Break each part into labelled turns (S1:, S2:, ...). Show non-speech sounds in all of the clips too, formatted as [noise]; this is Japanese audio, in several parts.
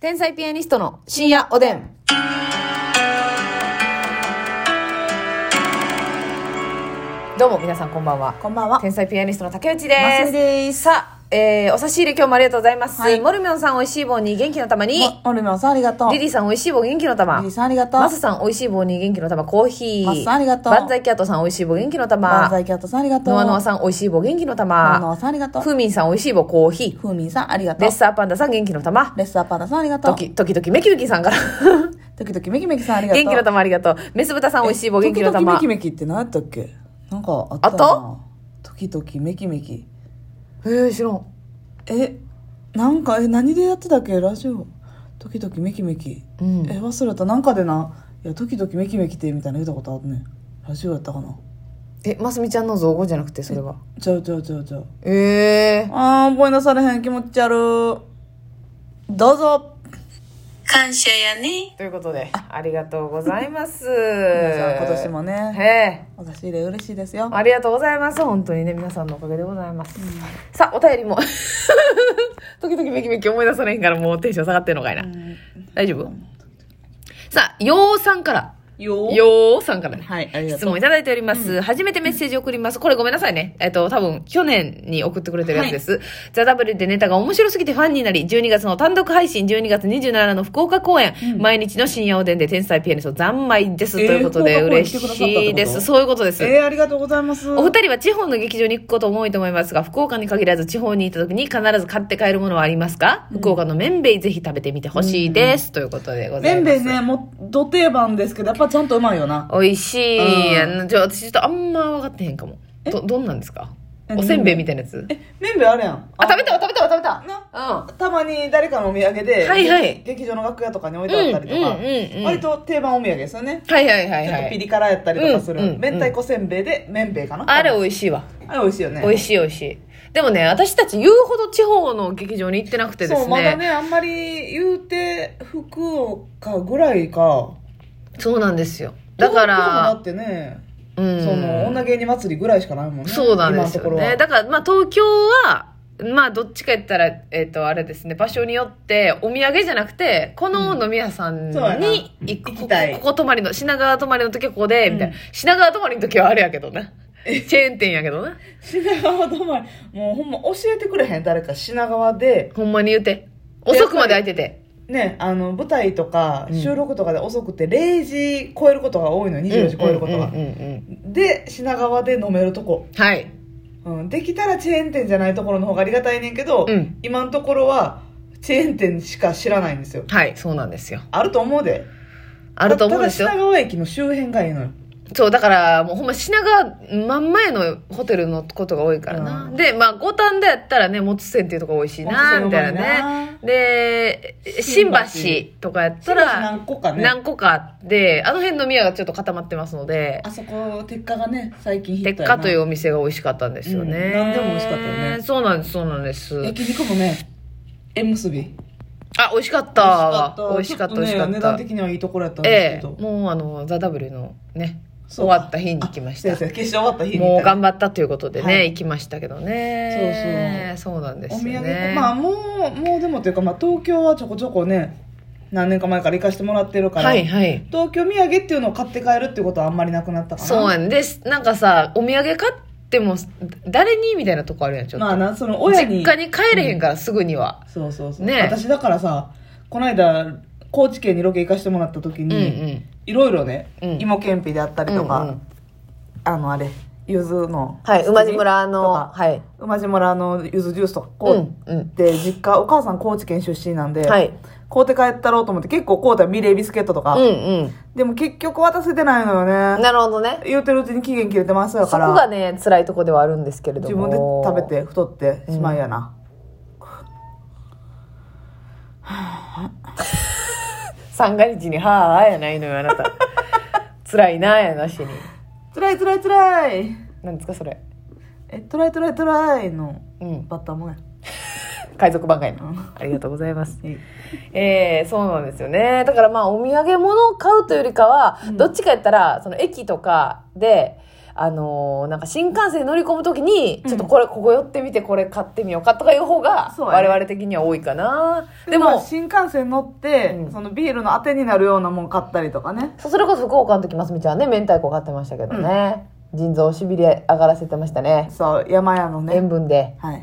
S1: 天才ピアニストの深夜おでん。どうも皆さんこんばんは。
S2: こんばんは。
S1: 天才ピアニストの竹内で
S2: マスミ
S1: す。
S2: です。
S1: さあ、えー、お差し入れ今日もありがとうございます。
S2: はい
S1: モルミョンさん美味しい棒に元気の玉に、
S2: もオルミョンさんありがとう。
S1: リリーさん美味しい棒元気の玉。
S2: リリーさんありがとう。
S1: マスさん美味しい棒に元気の玉コーヒー。
S2: マスさんありがとう
S1: バンザイキャットさん美味しい棒元気の
S2: バンザ
S1: 玉。
S2: イキャットさんありがとう。
S1: ノアノアさん美味しい棒元気の
S2: ノアノ
S1: 玉。
S2: アさんありがとう。
S1: フーミンさん美味しい棒コーヒー。
S2: ふうみんさんありがと
S1: レ
S2: う
S1: ッ。サーパンダさん元気の玉。
S2: レッサーパンダさんありがとう
S1: ド。キ、ドキドキメキメキさんから。
S2: 時々メキメキさんありがとう。
S1: 元気の玉ありがとう。メス豚さん美味しい棒元気の
S2: 時々
S1: 玉
S2: メキ。メキって何やったっけなんかあったよな時々メキメキ。
S1: えー、知らん。
S2: え、なんか、え、何でやってたっけラジオ。時々メキメキ。
S1: うん
S2: え、忘れた。なんかでな、いや、時々メキメキってみたいな言ったことあるねん。ラジオやったかな。
S1: え、ますみちゃんの造語じゃなくて、それは。
S2: ちゃうちゃうちゃうちゃう。
S1: ええ
S2: あー、覚えなされへん気持ちある。どうぞ。
S3: 感謝やね。
S1: ということで、ありがとうございます。
S2: 皆さん今年も
S1: え
S2: ね、
S1: え
S2: お差し入れ嬉しいですよ。
S1: ありがとうございます。本当にね、皆さんのおかげでございます。さあ、お便りも。 [laughs] 時々めきめき思い出されへんから、もうテンション下がってんのかいな。大丈夫さあ、ようさんから。
S2: よ
S1: ようさんからね。
S2: はい、ありが
S1: 質
S2: とう
S1: 問い。ただいております、初めてメッセージ送ります。これごめんなさいね。えっと、多分、去年に送ってくれてるやつです。ザ・ダブルでネタが面白すぎてファンになり、12月の単独配信、12月27の福岡公演、毎日の深夜おでんで天才ピアニスト三昧です。
S2: えー
S1: ということで、
S2: 福岡公演来
S1: 嬉
S2: てくださったってこと
S1: しいです。そういうことです。
S2: えー、ありがとうございます。
S1: お二人は地方の劇場に行くことも多いと思いますが、福岡に限らず地方に行った時に必ず買って帰るものはありますか、福岡の麺べいぜひ食べてみてほしいです。ということでございます。
S2: めんべいね、もう、ど定番ですけど、やっぱちゃんとうまいよな。
S1: 美味しいや。
S2: うん
S1: じゃあ私ちょっとあんま分かってへんかも。ど、どんなんですか
S2: え
S1: おせんべいみたいなやつ
S2: え、めんべいあるやん。
S1: あ、食べたわ食べたわ食べた
S2: な
S1: うん。
S2: たまに誰かのお土産で、
S1: はいはい
S2: 劇劇場の楽屋とかに置いてあったりとか、
S1: うんうんうん
S2: 割と定番お土産ですよね。
S1: はいはいはい
S2: ちょっ
S1: は
S2: とピ
S1: い。
S2: リ辛やったりとかする、
S1: うんうんうん
S2: 明太子せんべいでめんべいかな
S1: あれ美味しいわ。
S2: あれ美味しいよね
S1: 美味しい美味しい。でもね、私たち言うほど地方の劇場に行ってなくてですね。
S2: そうまだねあんまり言うて福岡ぐらいか
S1: そうなんですよ。だか
S2: 東
S1: ら、
S2: 京もだってね、
S1: うん。
S2: その女芸人祭りぐらいしかないもんね
S1: そうなんですよ
S2: 今のところ
S1: ね。
S2: は
S1: だから、まあ、東京は、まあ、どっちか言ったら、えっ、と、あれですね、場所によって、お土産じゃなくて、この飲み屋さん
S2: ん
S1: に
S2: そうやな
S1: 行く、こ
S2: 行き
S1: こ
S2: たい
S1: ここ泊まりの、品川泊まりの時はここで、みたいな。
S2: う
S1: 品川泊まりの時はあれやけどな。チェーン店やけどな。
S2: 品川止まりもうほんま教えてくれへん誰か品川で
S1: ほんまに言うて。遅くまで空いてて。
S2: ねあの舞台とか
S1: うん
S2: 収録とかで遅くて0時超えることが多いの24時超えることが、
S1: うんうんうんうん
S2: で品川で飲めるとこ、
S1: はい。
S2: うん、できたらチェーン店じゃないところの方がありがたいねんけど、
S1: うん
S2: 今のところはチェーン店しか知らないんですよ
S1: はい、そうなんですよ。
S2: あると思うで
S1: あると思うんですよ
S2: ただ。品川駅の周辺がいいのよ
S1: そう、だから、もうほんま品川真ん前のホテルのことが多いからな。
S2: うん
S1: で、まあ、五反田やったらね、もつせんっていうとこ美味しいな、みたいなね
S2: ね。
S1: で、新
S2: 新
S1: 橋
S2: 橋
S1: とかやった
S2: それ
S1: ら、
S2: 何個かね
S1: 何個かあって、あの辺の宮がちょっと固まってますので、
S2: あそこ鉄火がね最近ヒッ
S1: 鉄
S2: トやな
S1: 火というお店が美味しかったんですよね。
S2: うん何でも美味しかったよね
S1: そうなんです、そうなんです。
S2: 焼肉もね縁結び
S1: あ、美味しかった。美味しかった、
S2: ち
S1: 美
S2: ょ
S1: 味しか
S2: ね
S1: っ
S2: 値段
S1: た。
S2: 的にはいいところやったんです
S1: え
S2: け
S1: え
S2: ど、
S1: もうあの、ザ・ W のね、
S2: そ
S1: 終
S2: う
S1: わった日に来ました
S2: あ。そうですね決勝終わった日に
S1: もう頑
S2: 張
S1: 張ったということでね、
S2: はい
S1: 行きましたけどね。そうそう。なんです
S2: お
S1: よ
S2: 土
S1: ね。
S2: 産まあもうもうでもというか、まあ、東京はちょこちょこね何年か前から行かしてもらってるから、
S1: はいはい。
S2: 東京土産っていうのを買って帰るっていうことはあんまりなくなったかな
S1: そうやんです。なんかさ、お土産買っても、誰にみたいなとこあるやん、ちょっと。
S2: まあなその親に
S1: 実家に帰れへんから、すぐには。
S2: そうそうそう、
S1: ね
S2: 私だからさこの間高知県にロケ行かしてもらった時
S1: うん
S2: に、
S1: うん。
S2: いろいろね、
S1: うん
S2: 芋けんぴであったりとか、
S1: うんうん
S2: あのあれゆずの
S1: はい、馬路村
S2: と
S1: の、
S2: か
S1: はい。
S2: 馬路村のゆずジュースとかこ
S1: う、
S2: うん
S1: うん。
S2: で実家お母さん高知県出身なんで、
S1: はい。
S2: 買うて帰ったろうと思って結構買うたミレービスケットとか、
S1: うんうん。
S2: でも結局渡せてないのよね
S1: なるほどね。
S2: 言うてるうちに期限切れてますや
S1: そこ
S2: から
S1: がね、辛いとこではあるんですけれど
S2: 自
S1: も。
S2: 分で食べ。て太ってしまいやな、
S1: 三が日に、はぁ、やないのよ、あな [laughs] た。辛いな、やなしに。
S2: つらいつらいつらい
S1: なんですか、それ。
S2: えトライトライトライの
S1: うん。
S2: バッターもね、
S1: 海賊版かいな
S2: うん
S1: ありがとうございます。
S2: い
S1: ええそうなんですよね。だからまあ、お土産物を買うというよりかは、どっちかやったら、その駅とかで、あのーなんか新幹線乗り込む時に、ちょっとこれ、ここ寄ってみて、これ買ってみようかとかいう方が、
S2: そうやね
S1: 我々的には多いかな。で
S2: でも、まあ
S1: も、
S2: 新幹線乗って、
S1: うん
S2: そのビールのあてになるようなもん買ったりとかね。
S1: そうそれこそ福岡の時、ますみちゃんはね、明太子買ってましたけどね。腎臓をしびれ上がらせてましたね。
S2: そう、山屋の
S1: 塩
S2: ね。
S1: 分で。
S2: はい。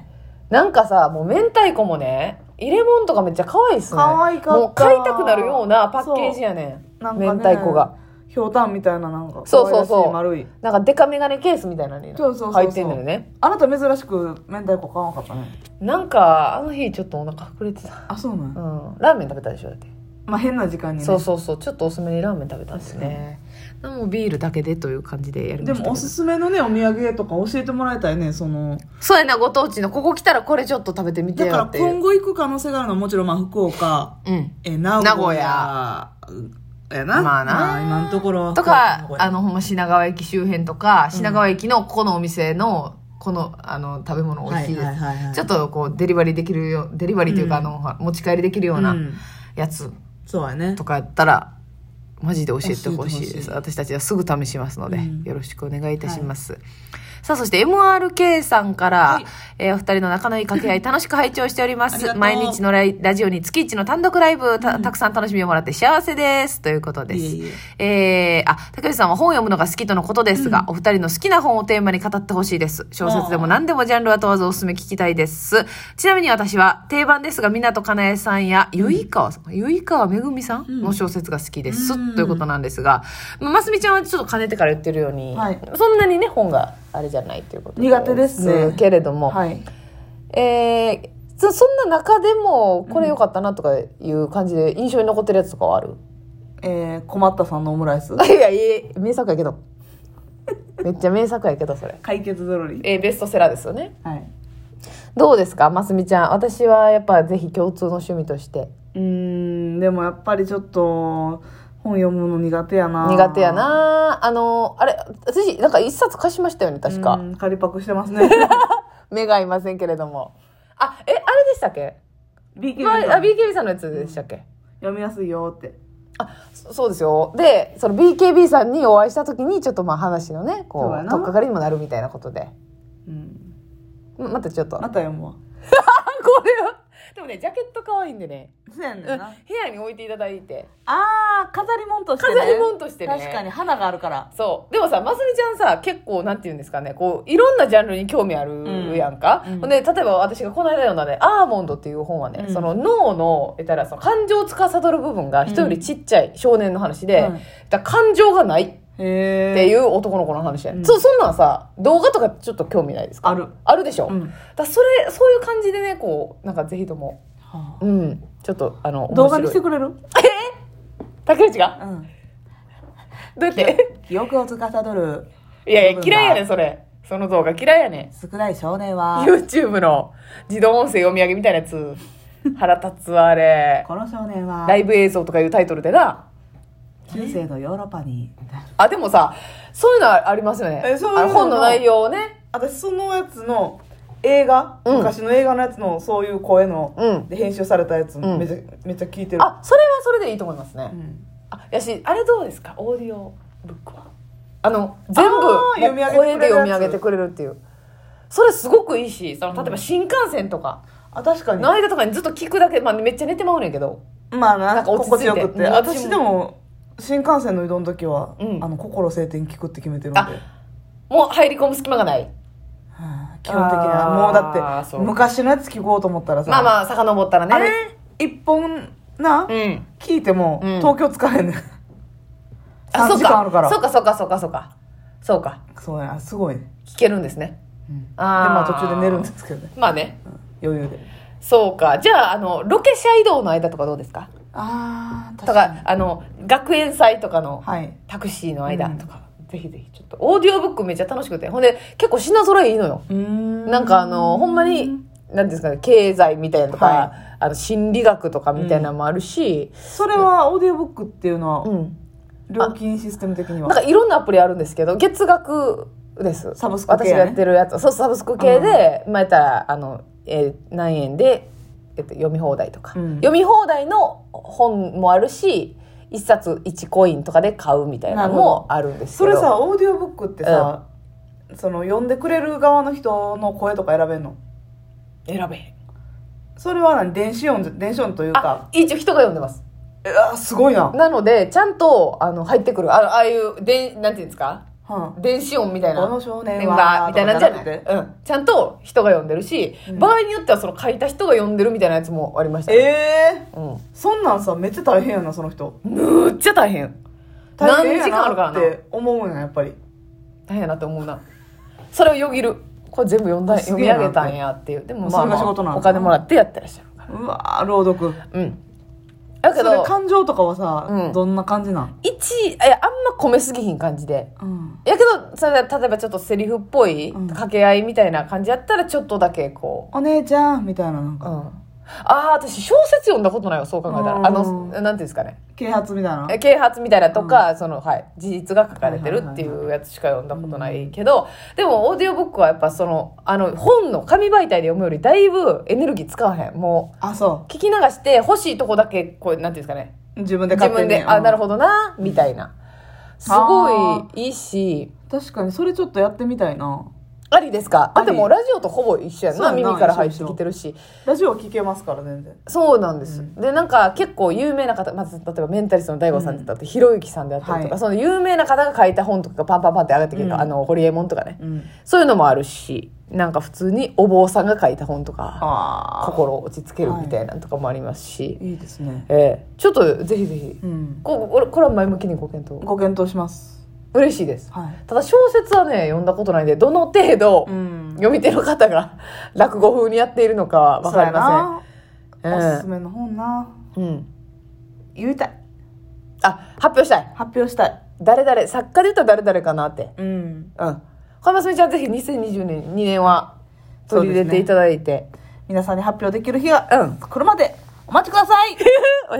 S1: なんかさ、もう明太子もね、入れ物とかめっちゃ可愛いっすね。
S2: 可愛かった
S1: もう買いたくなるようなパッケージやねん。
S2: なんかね
S1: 明太子が。。
S2: ひょうたんみたいななんか、
S1: そうそうそう
S2: 可愛らしい丸い。
S1: なんかデカメガネケースみたいなのに
S2: そうそうそうそう
S1: 入ってんのよね。
S2: あなた珍しく明太子買わなかったね。
S1: なんか、あの日ちょっとお腹膨れてた。
S2: あ、そうなん
S1: う
S2: や。
S1: ん。ラーメン食べたでしょ、だって。
S2: まあ変な時間にね。
S1: そうそうそう。ちょっと遅めにラーメン食べたんですね。でもビールだけでという感じでやりま
S2: で
S1: したけど。
S2: もおすすめのね、お土産とか教えてもらいたいね、その。
S1: そうやな、ご当地の。ここ来たらこれちょっと食べてみて
S2: だか
S1: よ
S2: ら
S1: ってい
S2: 今
S1: う。
S2: 後行く可能性があるのはもちろんまあ福岡、
S1: うん。
S2: えー名古
S1: 名
S2: 屋
S1: 古
S2: やな。
S1: まあな
S2: 今のところは
S1: と
S2: 福岡名
S1: か
S2: 古、屋
S1: あの、ほんま品川駅周辺とか、品川駅のここのお店の、この、あの、食べ物美味しいです。
S2: はいはいはいはい
S1: ちょっとこう、デリバリーできるよ、デリバリーというか、
S2: うん
S1: あの、ほら持ち帰りできるような
S2: うん
S1: やつ
S2: そうやね
S1: と。かやったら、マジで教えてほしい
S2: 教えて
S1: で
S2: ほし
S1: す。
S2: い
S1: 私たちはすぐ試しますので、
S2: うん
S1: よろしくお願いいたします。さあ、そして MRK さんから、
S2: はい
S1: えーお二人の仲のいい掛け合い楽しく拝聴しておりま
S2: ありが
S1: す。
S2: とう
S1: 毎日のライラジオに月一の単独ライブた、たくさん楽しみをもらって幸せです。ということです。
S2: いえいえ
S1: えー、あ、竹内さんは本を読むのが好きとのことですが、お二人の好きな本をテーマに語ってほしいです。小説でも何でもジャンルは問わずおすすめ聞きたいです。ちなみに私は定番ですが、港かなえさんや、ゆいかわさん、ゆいかわめぐみさんの小説が好きです。
S2: うん
S1: ということなんですが、まますみちゃんはちょっとかねてから言ってるように、
S2: はい
S1: そんなにね、本があれじゃないということ
S2: 苦手ですね
S1: けれども、
S2: はい。
S1: えーそそんな中でも、これ良かったなとかいう感じで印象に残ってるやつとかはある、
S2: えー、困ったさんのオムライ
S1: [laughs]
S2: ス。
S1: いや、いえ、名作やけど。めっちゃ名作やけど、それ。
S2: 解決ぞろり。
S1: えーベストセラーですよね。
S2: はい。
S1: どうですか、ますみちゃん。私はやっぱぜひ共通の趣味として。
S2: うーん、でもやっぱりちょっと、本読むの苦手やな。
S1: 苦手や。なあの、あれ、私、なんか一冊貸しましたよね、確
S2: う
S1: か。
S2: ん、仮パクしてます
S1: [laughs]
S2: ね。
S1: 目が合いませんけれども。あ、え、あれでしたっけ
S2: B 級
S1: まあ、あ BKB さんのやつでしたっけ
S2: 読みやすいよって。
S1: そそうですよ。で、その BKB さんにお会いした時に、ちょっとまあ話のね、こ
S2: そうや
S1: う、
S2: な
S1: とっかかりにもなるみたいなことで。
S2: うん。
S1: うんまたちょっと。
S2: ま
S1: あ、
S2: た読むわ。
S1: これは。でもね、ジャケット可愛いんでね。
S2: そうやねん
S1: うん、部
S2: な。
S1: 屋に置いていただいて。
S2: あー、飾り物としてね。
S1: 飾り物としてね
S2: 確かに、花があるから。
S1: そう。でもさ、ますみちゃんさ、結構、なんて言うんですかね、こう、いろんなジャンルに興味あるやんか。
S2: うんうん
S1: ほんで、例えば私がこの間読んだね、アーモンドっていう本はね、
S2: うん
S1: その脳の、えたら、その感情を司る部分が人よりちっちゃい少年の話で、
S2: うん
S1: だから感情がないっ
S2: へー。
S1: ていう男の子の話や、
S2: うん
S1: そう、そんなんさ、動画とかちょっと興味ないですか
S2: ある。
S1: あるでしょ、
S2: うん。
S1: だそれ、そういう感じでね、こう、なんかぜひとも、
S2: は
S1: う
S2: あ
S1: ん、ちょっと、あの、
S2: 動画にして
S1: れ。
S2: くれる
S1: 竹内が
S2: うん。
S1: どうやって
S2: 記憶を司る
S1: いやいや、嫌いやねん、それ。その動画嫌いやねん。
S2: 少ない少年は、
S1: YouTube の自動音声読み上げみたいなやつ腹立つわあれ
S2: この少年は、
S1: ライブ映像とかいうタイトルでな
S2: 中世のヨーロッパに。
S1: あでもさそういうのはありますよね
S2: えそういうの
S1: あの本の内容をね
S2: 私、そのやつの映画、
S1: うん
S2: 昔の映画のやつの、そういう声の、
S1: うん
S2: で編集されたやつ、
S1: ん
S2: めちゃ、めちゃ聞いてる。
S1: あそれはそれでいいと思いますね、
S2: うん
S1: あやしあれどうですかオーディオブックはあの全部
S2: あー
S1: もう
S2: 読み上げてく
S1: 声
S2: れるやつ
S1: で読み上げてくれるっていうそれすごくいいしその例えば新幹線とか
S2: あ、確かに。
S1: の間とかにずっと聞くだけ、まあ、めっちゃ寝てまうねんけど
S2: まあな、
S1: なんか落ち着い
S2: 心
S1: て
S2: 地よくって。
S1: うん私
S2: 私
S1: も
S2: でも、新幹線の移動の時は、
S1: うん
S2: あの、心晴天聞くって決めてるんで。
S1: あもう入り込む隙間がない
S2: はあ基本的に
S1: あー
S2: は。もうだって
S1: そう、
S2: 昔のやつ聞こうと思ったらさ、
S1: まあまあ遡ったらね
S2: あれ、一本な、
S1: うん
S2: 聞いても、
S1: うん
S2: 東京疲れんねん。
S1: あ、そ
S2: 3
S1: う
S2: 時間あるから。
S1: そうか、そうか、そうか、そうか。そうか。
S2: そうや、すごいね。
S1: 聞けるんですね。
S2: うんで、
S1: あー
S2: まあ途中で寝るんですけどね。
S1: まあね。
S2: 余裕で。
S1: そうか。じゃあ、あの、ロケ車移動の間とかどうですか
S2: ああ、
S1: とか、あの、学園祭とかの
S2: はい。
S1: タクシーの間とか、ぜひぜひ、ちょっと、オーディオブックめっちゃ楽しくて。ほんで、結構品揃えいいのよ。
S2: うん
S1: なんかあの、ほんまに、なんていうんですかね、経済みたいなとか、
S2: は
S1: あの、心理学とかみたいなのもあるし、
S2: それは、オーディオブックっていうの
S1: う
S2: は、
S1: ん。
S2: 料金システム的に
S1: なん
S2: は。
S1: かいろんなアプリあるんですけど、月額です。
S2: サブスク系
S1: 私
S2: や
S1: が
S2: ね
S1: やってるやつ。そう、サブスク系で、まあ、やったら、あの、えー何円で、えっと、読み放題とか、
S2: うん
S1: 読み放題の本もあるし、一冊一コインとかで買うみたいなの
S2: なるほ
S1: もあるんです
S2: そ
S1: けど。
S2: れさ、オーディオブックってさ、その呼んでくれる側の人の声とか選べんの
S1: 選べへん。
S2: それは何電子音じゃ電子音という
S1: あ
S2: か、
S1: 一応人が呼んでます。
S2: えあすごいな、
S1: なので、ちゃんと、あの、入ってくる。あのああいう、でん、なんていうんですか
S2: は
S1: 電子音みたい
S2: こ
S1: な。
S2: の少年
S1: メンバー
S2: は
S1: みたいなんじゃな
S2: とか
S1: い
S2: くて
S1: うん。ちゃんと人が呼んでるし、
S2: うん
S1: 場合によってはその書いた人が呼んでるみたいなやつもありました
S2: え
S1: よ。
S2: え
S1: うん。
S2: そんなんさめっちゃ大変やなその人
S1: むっちゃ大変。
S2: 大変
S1: 何時間あ
S2: や
S1: るから
S2: なっ
S1: な
S2: て思うんややっぱり
S1: 大変やなって思うな。それをよぎる。これ全部読んだ、
S2: す
S1: 読み
S2: げえな
S1: 上げたんやっていう。でも
S2: そ
S1: まあ、
S2: れ
S1: ま
S2: が
S1: あ、
S2: 仕事な
S1: お
S2: んですね
S1: 金もらってやってらっしゃるか
S2: うわー朗読
S1: ら。うん。だけ
S2: それ
S1: ど、
S2: 感情とかはさ、
S1: うん
S2: どんな感じなん、
S1: 一、いやあんま込めすぎひん感じで。
S2: うん、
S1: やけど、それで例えばちょっとセリフっぽい
S2: うん
S1: 掛け合いみたいな感じやったら、ちょっとだけこ
S2: お姉ちゃんみたいななん
S1: う。う
S2: か
S1: ん。ああー、私小説読んだことないわ、そう考えた
S2: う
S1: ら。
S2: ん
S1: あの、なんていうんですかね。
S2: 啓発みたいな
S1: え啓発みたいなとか、その、はい、事実が書かれてるっていうやつしか読んだことないけど、でもオーディオブックはやっぱその、あの、本の紙媒体で読むよりだいぶエネルギー使わへん。も、
S2: あそう
S1: 聞き流して欲しいとこだけ、こう、なんていうんですかね。
S2: う自分で
S1: 自分
S2: 勝手に
S1: で、あ、なる
S2: ほ
S1: ほどな、みたいな。す
S2: あ
S1: ごいいいし、
S2: ど確かにそれちょっとやってみたいな
S1: ありですかあ、
S2: あり
S1: でもラジオとほぼ一緒やん
S2: そう
S1: な。
S2: やんな
S1: 耳から入ってきてるし。
S2: ラジオ聞けますから全然
S1: そうなんです。
S2: う
S1: で、なんか結構有名な方、まず例えばメンタリストの大悟さんだったって、ひろゆきさんであったりとか、
S2: はい
S1: その有名な方が書いた本とかがパンパンパンって上がってくるの、
S2: うん
S1: あの、ホリエモンとかね。
S2: うん
S1: そういうのもあるし、なんか普通にお坊さんが書いた本とか、
S2: ああ
S1: 心を落ち着けるみたいなのとかもありますし、
S2: いいですね
S1: ええちょっとぜひぜひ、
S2: うん
S1: ここれこれは前向きにご検討。
S2: ご検討します
S1: 嬉しいです。
S2: はい
S1: ただ小説はね、読んだことないんで、どの程度、
S2: ん
S1: 読み手の方が落語風にやっているのかはわかりませ
S2: せ
S1: ん。
S2: んおすす
S1: え
S2: めの本な
S1: えうん。
S2: 言いたい
S1: あ、発表したい。
S2: 発表したい
S1: 誰々、作家で言ったら誰々かなって。
S2: うん
S1: うん。小山すみちゃん、ぜひ2020年、2年は取り入れていただいて。
S2: 皆さんに発表できる日が
S1: うん
S2: 来るまでお待ちください
S1: おやすみ